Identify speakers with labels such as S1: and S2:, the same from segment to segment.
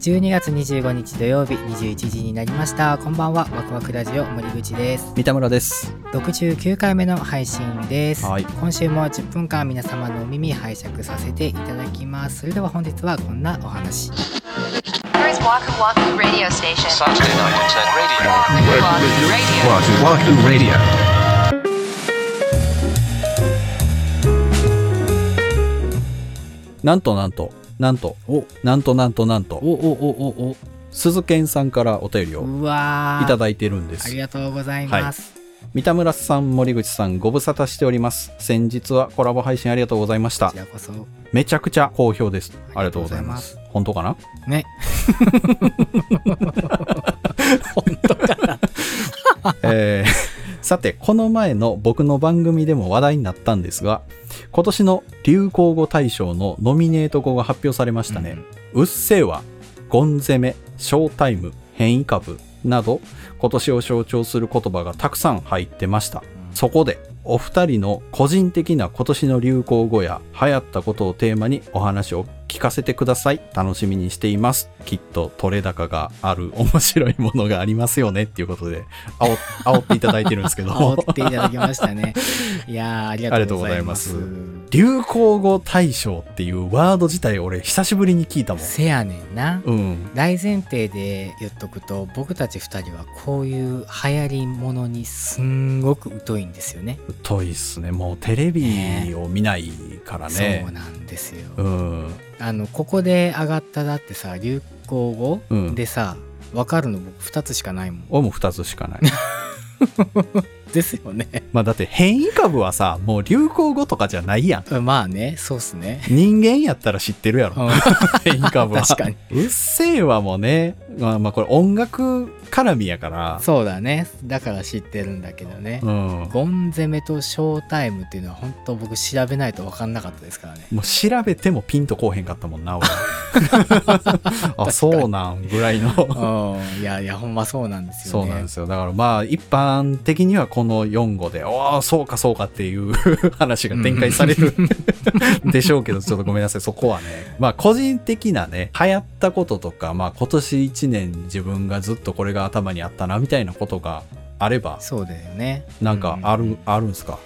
S1: 12月25日土曜日21時になりましたこんばんはワクワクラジオ森口です
S2: 三田村です
S1: 69回目の配信です、
S2: はい
S1: 今週も10分間皆様のお耳拝借させていただきますそれでは本日はこんなお話
S3: Here's Waku Waku Radio Station.
S4: Saturday night at 10 radio.
S3: Waku Waku Radio.
S4: Waku Waku Radio.
S2: なんとなんとなんと
S1: お
S2: なんとなんとなんと
S1: おおおお
S2: 鈴健さんからお便りを
S1: うわ
S2: い
S1: ー
S2: ただいてるんで
S1: あ
S2: す
S1: りがとうございます、
S2: 三田村さん森口さんご無沙汰しております先日はコラボ配信ありがとうございました
S1: こちらこそ
S2: めちゃくちゃ好評です
S1: あ
S2: あ
S1: り
S2: り
S1: がと
S2: がと
S1: う
S2: う
S1: ご
S2: ご
S1: ざ
S2: ざ
S1: い
S2: い
S1: ま
S2: ますす本当かな
S1: ね
S2: えー さてこの前の僕の番組でも話題になったんですが今年の流行語大賞のノミネート語が発表されましたね、うっせぇわ、ゴン攻め、ショータイム、変異株など、今年を象徴する言葉がたくさん入ってました。そこで、お二人の個人的な今年の流行語や流行ったことをテーマにお話を聞かせてください。楽しみにしています。きっと取れ高がある面白いものがありますよねっていうことで、煽煽っていただいてるんですけど
S1: 煽。っていただきました ねいやーありがとうございます
S2: ありがとう流行語大賞っていうワード自体俺久しぶりに聞いたもん。
S1: せやねんな
S2: うん。
S1: 大前提で言っとくと僕たち2人はこういう流行りものにすんごく疎いんですよね
S2: 遠いっすねもうテレビを見ないからね
S1: そうなんですよ、
S2: うん
S1: あのここで上がっただってさ流行語
S2: うん
S1: でさ、分かるの僕2つしかないもん
S2: 俺も2つしかない
S1: ですよね
S2: まあだって変異株はさもう流行語とかじゃないやん
S1: まあねそうっすね
S2: 人間やったら知ってるや
S1: う
S2: ろ
S1: ん
S2: 変異株は
S1: 確かに
S2: うっせぇわもねまあまあこれ音楽絡みやから
S1: そうだねだから知ってるんだけどね、
S2: うん
S1: ゴン攻めとショータイムっていうのは本当僕調べないと分かんなかったですからね
S2: もう調べてもピンとこうへんかったもんな俺 あそうなんぐらいの
S1: うんいやいやほんまそうなんです
S2: そ
S1: よ
S2: う
S1: ね
S2: なんですよだからまあ一般的にはこの4語でああそうかそうかっていう 話が展開されるでしょうけどちょっとごめ んなさいそこはねまあ個人的なね流行ったこととかまあ今年1年自分がずっとこれが頭にあったなみたいなことがあれば
S1: そうだよね
S2: なんかある、
S1: うん
S2: あるんすか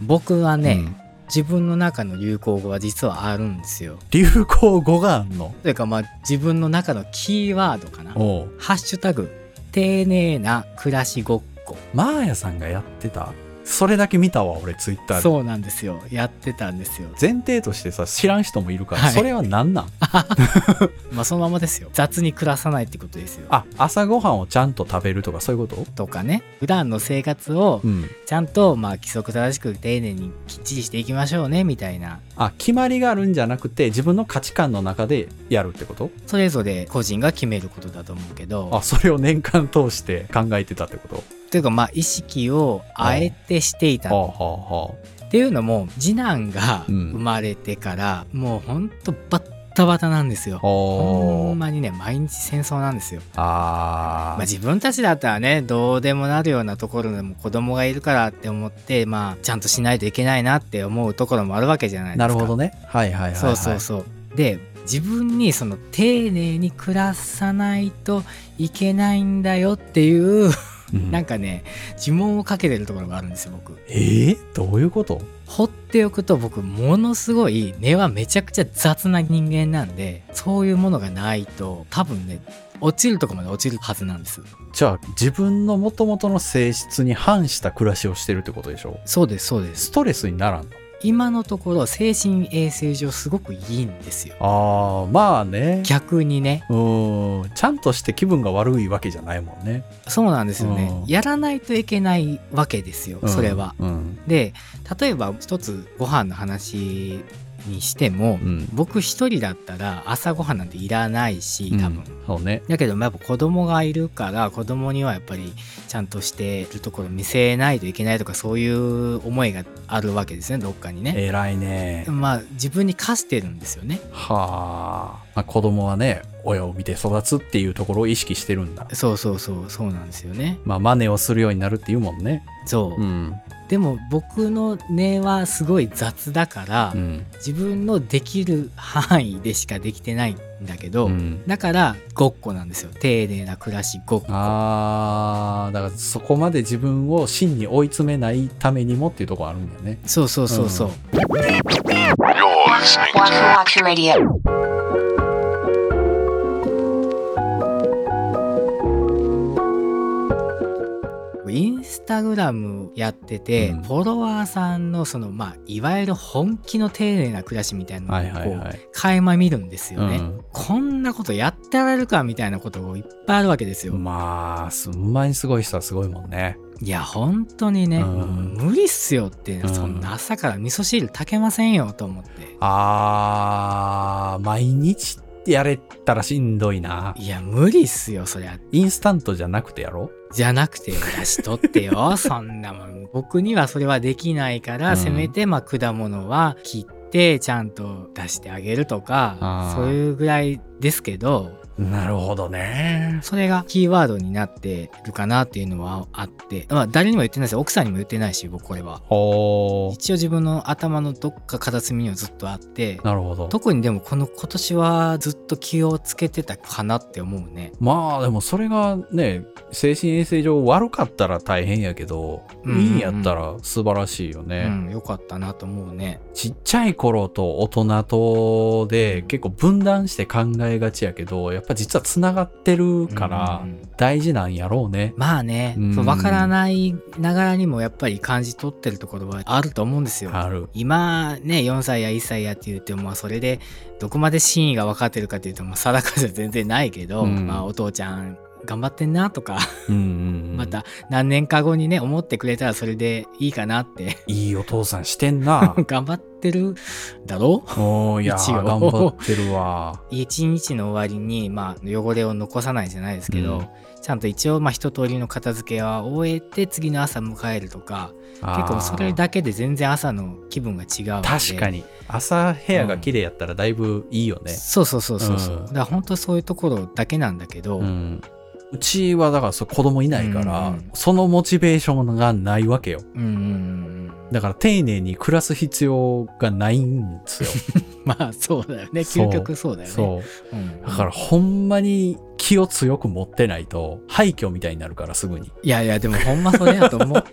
S1: 僕はね、
S2: うん
S1: 自分の中の流行語は実はあるんですよ
S2: 流行語があんの
S1: というかまあ自分の中のキーワードかな
S2: おう
S1: ハッシュタグ丁寧な暮らしごっこ
S2: マーヤさんがやってたそれだけ見たわ俺ツイッターで
S1: そうなんですよやってたんですよ
S2: 前提としてさ知らん人もいるから、
S1: はい
S2: それは何なん
S1: まあそのままですよ雑に暮らさないってことですよ
S2: あ朝ごはんをちゃんと食べるとかそういうこと
S1: とかね普段の生活を
S2: うん
S1: ちゃんとまあ規則正しく丁寧にきっちりしていきましょうねみたいな
S2: あ決まりがあるんじゃなくて自分の価値観の中でやるってこと
S1: それぞれ個人が決めることだと思うけど
S2: あそれを年間通して考えてたってこと
S1: というかまあ意識をあえてしていた
S2: はあはあは
S1: っていうのも次男が
S2: う
S1: 生
S2: ん
S1: まれてから、もうほんとバッタバタなんですよ
S2: あ。お
S1: ほんまにね毎日戦争なんですよ、
S2: あ
S1: まあ、
S2: ー
S1: 自分たちだったらねどうでもなるようなところでも子供がいるからって思ってまあちゃんとしないといけないなって思うところもあるわけじゃないですか
S2: なるほどねはいはいはい、はい、
S1: そうそうそうで自分にその丁寧に暮らさないといけないんだよっていう
S2: うん
S1: なんかね呪文をかけてるところがあるんですよ僕
S2: えー、どういうこと
S1: 放っておくと僕ものすごい根はめちゃくちゃ雑な人間なんでそういうものがないと多分ね落ちるとこまで落ちるはずなんです
S2: じゃあ自分のもともとの性質に反した暮らしをしてるってことでしょ
S1: そうですそうで
S2: ストレスにならんの
S1: 今のところ精神衛生上すごくいいんですよ
S2: あーまあね
S1: 逆にね
S2: うーんちゃんとして気分が悪いわけじゃないもんね
S1: そうなんですよね
S2: うん
S1: やらないといけないわけですよ
S2: うん
S1: それは、
S2: うん
S1: で例えば一つご飯の話にしても、
S2: うん
S1: 僕一人だったら朝ごはんなんていらないし多分、
S2: うんそうね
S1: だけどやっぱ子供がいるから子供にはやっぱりちゃんとしてるところ見せないといけないとかそういう思いがあるわけですねどっかにね。
S2: 偉いね
S1: まあ自分に課してるんですよね。
S2: はあ、まあ、子供はね親を見て育つっていうところを意識してるんだ。
S1: そうそうそうそうなんですよね
S2: まあ、真似をするようになるっていうもんね。
S1: そう、
S2: うん。
S1: でも僕の根はすごい雑だから、
S2: うん。
S1: 自分のできる範囲でしかできてないんだけど、
S2: うん
S1: だからごっこなんですよ丁寧な暮らしごっこ
S2: あー、だからそこまで自分を真に追い詰めないためにもっていうところあるんだよね。
S1: そうそうそうそう、
S2: うん
S3: Waku Waku Radio.
S1: インスタグラムやってて、
S2: うん
S1: フォロワーさんのそのまあいわゆる本気の丁寧な暮らしみたいな
S2: はい
S1: のを
S2: はいは
S1: こ
S2: い。
S1: う垣間見るんですよね、
S2: うん
S1: こんなことやってられるかみたいなことがいっぱいあるわけですよ、
S2: まあ、すんまにすごい人はすごいもんね。
S1: いや本当にね、
S2: うん
S1: 無理っすよって、
S2: うん
S1: そんな朝から味噌汁炊けませんよと思って
S2: あー、毎日やれたらしんどいな。
S1: いや無理っすよそりゃ
S2: インスタントじゃなくてやろ
S1: じゃなくて出しとって よそんなもん僕にはそれはできないから、
S2: うん
S1: せめてまあ果物は切ってちゃんと出してあげるとか
S2: あー
S1: そういうぐらいですけど
S2: なるほどね。
S1: それがキーワードになってるかなっていうのはあって、まあ、誰にも言ってないです奥さんにも言ってないし僕これは
S2: ほー。
S1: 一応自分の頭のどっか片隅にはずっとあって
S2: なるほど。
S1: 特にでもこの今年はずっと気をつけてたかなって思うね
S2: まあでもそれがね精神衛生上悪かったら大変やけど、
S1: うんうんうん
S2: いいんやったら素晴らしいよ
S1: う
S2: ね、
S1: んよかったなと思うね
S2: ちっちゃい頃と大人とで結構分断して考えがちやけどやっぱ実はつながってるから
S1: うんうんうん
S2: 大事なんやろうね、
S1: まあね、
S2: うん
S1: そう分からないながらにもやっぱり感じ取ってるところはあると思うんですよ。
S2: ある
S1: 今ね4歳や1歳やって言ってもまあそれでどこまで真意が分かってるかっていうとまあ定かじゃ全然ないけど、
S2: うん
S1: まあ、お父ちゃん頑張ってんなとか、
S2: うんうんうん
S1: また何年か後にね思ってくれたらそれでいいかなって
S2: いいお父さんしてんな
S1: 頑張ってるだろ
S2: おーいや
S1: 一応
S2: ー頑張ってるわ
S1: 一日の終わりに、まあ、汚れを残さないじゃないですけど、
S2: うん
S1: ちゃんと一応まあ一通りの片付けは終えて次の朝迎えるとか
S2: 結
S1: 結構それだけで全然朝の気分が違うので
S2: 確かに朝部屋が綺麗やったらだいぶいいよね、
S1: そうそうそうそうそう、
S2: うん
S1: だから本当そういうところだけなんだけど、
S2: うん、うちはだからそう子供いないから、
S1: うんうん
S2: そのモチベーションがないわけよ
S1: うんうんうん
S2: だから丁寧に暮らす必要がないんですよ、
S1: まあそうだよね
S2: そう
S1: 究極そうだよね、、
S2: そううんだからほんまに気を強く持ってないと廃墟みたいになるからすぐに
S1: いやいやでもほんまそれやと 思う、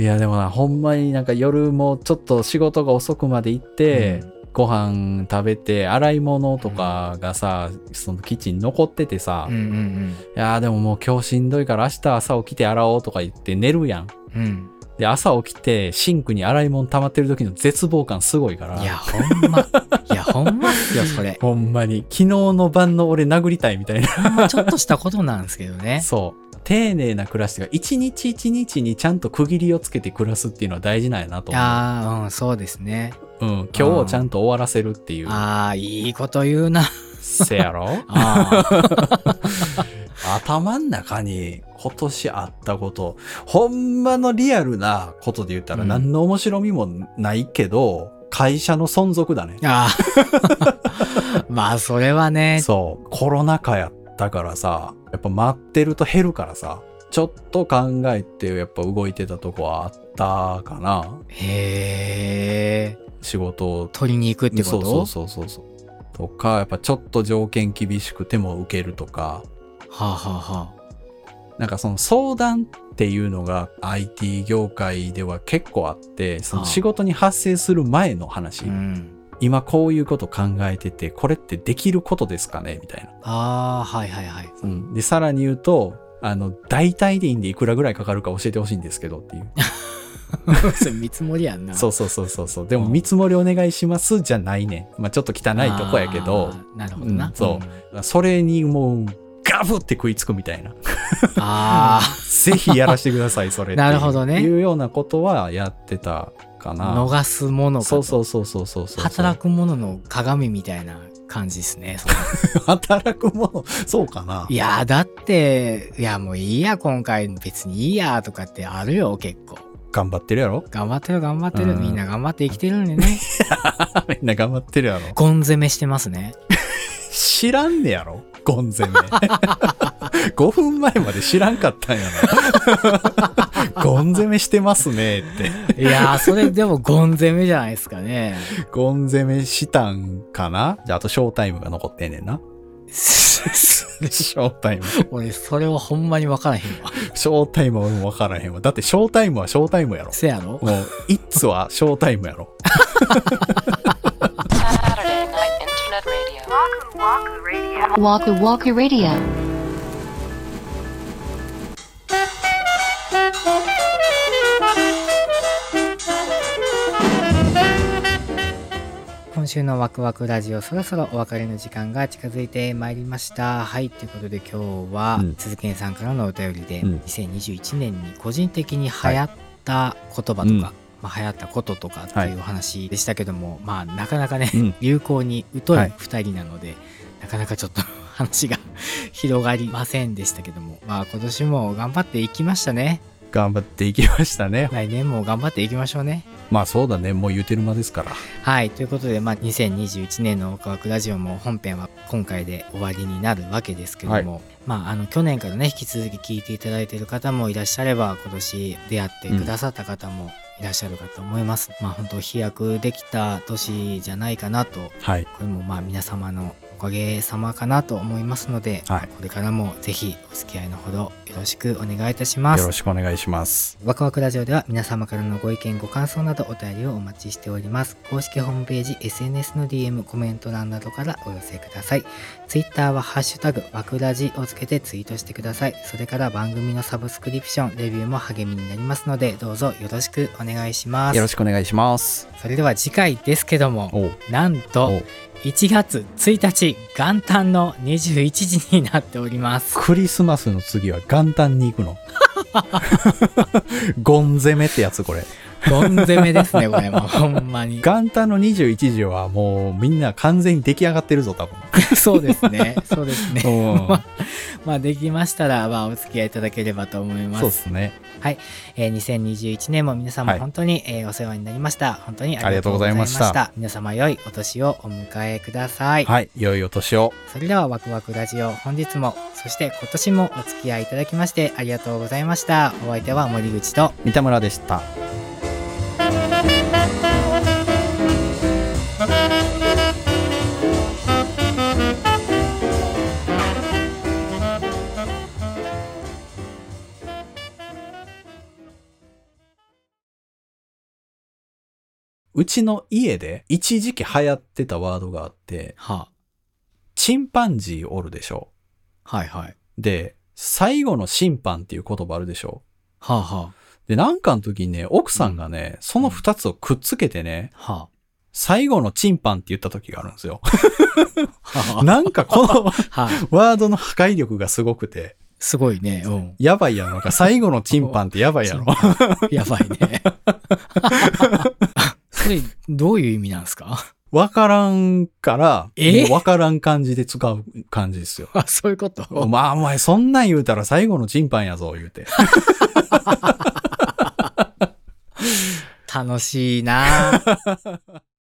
S2: いやでもなほんまになんか夜もちょっと仕事が遅くまで行って、
S1: うん
S2: ご飯食べて洗い物とかがさ、そのキッチンに残っててさ、
S1: うん
S2: いやーでももう今日しんどいから明日朝起きて洗おうとか言って寝るやん
S1: うんうん
S2: で、朝起きて、シンクに洗い物溜まってる時の絶望感すごいか
S1: う
S2: ら。
S1: んいや、ほんまいやほんまっすよそれ
S2: ほんまに、昨日の晩の俺殴りたいみたいな。
S1: ほんまちょっとしたことなんですけどね
S2: そう。丁寧な暮らしが、一日一日にちゃんと区切りをつけて暮らすっていうのは大事なんやなと
S1: い
S2: 思う。
S1: やーうんそうですね
S2: うん。今日をちゃんと終わらせるっていう。
S1: あーいいこと言うな
S2: せや ろ
S1: あー
S2: 頭ん中に今年あったこと、ほんまのリアルなことで言ったら
S1: うん
S2: 何の面白みもないけど、会社の存続だね。
S1: あー まあそれはね
S2: そう、コロナ禍やったからさ、やっぱ待ってると減るからさ、ちょっと考えてやっぱ動いてたとこはあったかな。
S1: へえ
S2: 仕事を。
S1: 取りに行くってこと
S2: そうそうそうそうそう。とか、やっぱちょっと条件厳しくても受けるとか、
S1: はあはあはあ
S2: なんかその相談っていうのが IT 業界では結構あって、その仕事に発生する前の話、
S1: うん、
S2: 今こういうこと考えてて、これってできることですかねみたいな。
S1: ああはいはい はい
S2: うん、でさらに言うとあの大体でいいんでいくらぐらいかかるか教えてほしいんですけどっていう
S1: それ見積もりやんな
S2: そううそうそうそうそうでも
S1: うん
S2: 見積もりお願いしますじゃないねん、まあ、ちょっと汚いとこやけど
S1: なるほどな、
S2: うんそうんそれにもうガブって食いつくみたい な
S1: あ
S2: ぜひやらせてくださいそれっていう
S1: なるほどね
S2: いうようなことはやってたか
S1: あ
S2: な
S1: 逃すものか
S2: そうそううそうそうそうそう
S1: 働くものの鏡みたいな感じですねそれ
S2: く 働くものそうかない
S1: やーだっていやもういいや今回別にいいやとかってあるよ結構
S2: 頑張ってるやろ
S1: 頑張ってる頑張ってる、
S2: うん
S1: みんな頑張って生きてるんで ね
S2: みんな頑張ってるやろ
S1: ゴン攻めしてますね
S2: 知らんねやろゴン 攻め。5分前まで知らんかったんやな。 ゴン攻めしてますねって。
S1: いやー、それでもゴン攻めじゃないですか ね。
S2: ゴン攻めしたんかなじゃあ、あとショータイムが残ってんねんな。ショータイム。シ
S1: 俺、それはほんまにわからへんわ。
S2: ョータイムは俺もわからへんわ。だってショータイムはショータイムやろ。
S1: せやろ
S2: もう、イッツはショータイムやろ。
S5: Saturday Night Internet Radio.
S3: Waku Waku Radio.
S1: 今週のワクワクラジオ、そろそろお別れの時間が近づいてまいりました。はい、ということで今日は、
S2: うん
S1: 鈴木さんからのお便りで、
S2: うん
S1: 2021年に個人的に流行った言葉とか、
S2: うん
S1: まあ、流行ったこととかっていうお話でしたけども、まあなかなかね、
S2: うん
S1: 流行に疎い
S2: はい
S1: 2人なので、なかなかちょっと 話が広がりませんでしたけども、まあ今年も頑張っていきましたね。
S2: 頑張っていきましたね。
S1: 来年も頑張っていきましょうね。
S2: まあそうだね。もう言うてる間ですから。
S1: はい、ということで、まあ、2021年の「ワクワクラジオ」も本編は今回で終わりになるわけですけども、まあ、あの去年からね引き続き聞いていただいている方もいらっしゃれば今年出会ってくださった方もいらっしゃるかと思います。まあ本当飛躍できた年じゃないかなと
S2: はい。
S1: これもまあ皆様のおかげさまかなと思いますので、
S2: はい
S1: これからもぜひお付き合いのほどよろしくお願いいたします。
S2: よろしくお願いします。
S1: ワクワクラジオでは皆様からのご意見ご感想などお便りをお待ちしております公式ホームページ SNS の DM コメント欄などからお寄せください Twitter は「ハッシュタグワクラジ」をつけてツイートしてくださいそれから番組のサブスクリプションレビューも励みになりますのでどうぞよろしくお願いします
S2: よろしくお願いします。
S1: それでは次回ですけども
S2: おう
S1: なん
S2: お
S1: と
S2: う
S1: 1月1日元旦の21時になっております
S2: クリスマスの次は元旦に行くの。 ゴン攻めってやつこれ。
S1: ゴン攻めですねこれもうほんまに
S2: 元旦の21時はもうみんな完全に 出来上がってるぞ、多分。
S1: そうですねそうですね
S2: うん
S1: まあできましたら、まあ、お付き合いいただければと思いま。
S2: そうですすね。
S1: えー2021年も皆様
S2: はい
S1: 本当に、えーお世話になりました。本当にありがとうございました。
S2: ありが
S1: 皆様良いお年をお迎えください。
S2: はい。良いお年を。
S1: それではワクワクラジオ本日も、そして今年もお付き合いいただきましてありがとうございました。お相手は森口と、
S2: 三田村でした。うちの家で一時期流行ってたワードがあって、
S1: は
S2: チンパンジーおるでしょ。
S1: あ、はいはい。
S2: で、最後の審判っていう言葉あるでしょ。
S1: はあは
S2: で、なんかの時にね、奥さんがね、その二つをくっつけてね、
S1: あ、は
S2: 最後のチンパンって言った時があるんですよ。
S1: あ、は
S2: なんかこの
S1: あ、 はあ、
S2: ワードの破壊力がすごくて、
S1: すごいね。うん。
S2: やばいやろ。なんか最後のチンパンってやばいやろ。
S1: やばい ね。それ、どういう意味なんですか
S2: わからんから、
S1: え
S2: もうわからん感じで使う感 じですよ。
S1: あ、そういうこと
S2: まあお前そんなん言うたら最後のチンパンやぞ、言うて。
S1: 楽しいなあ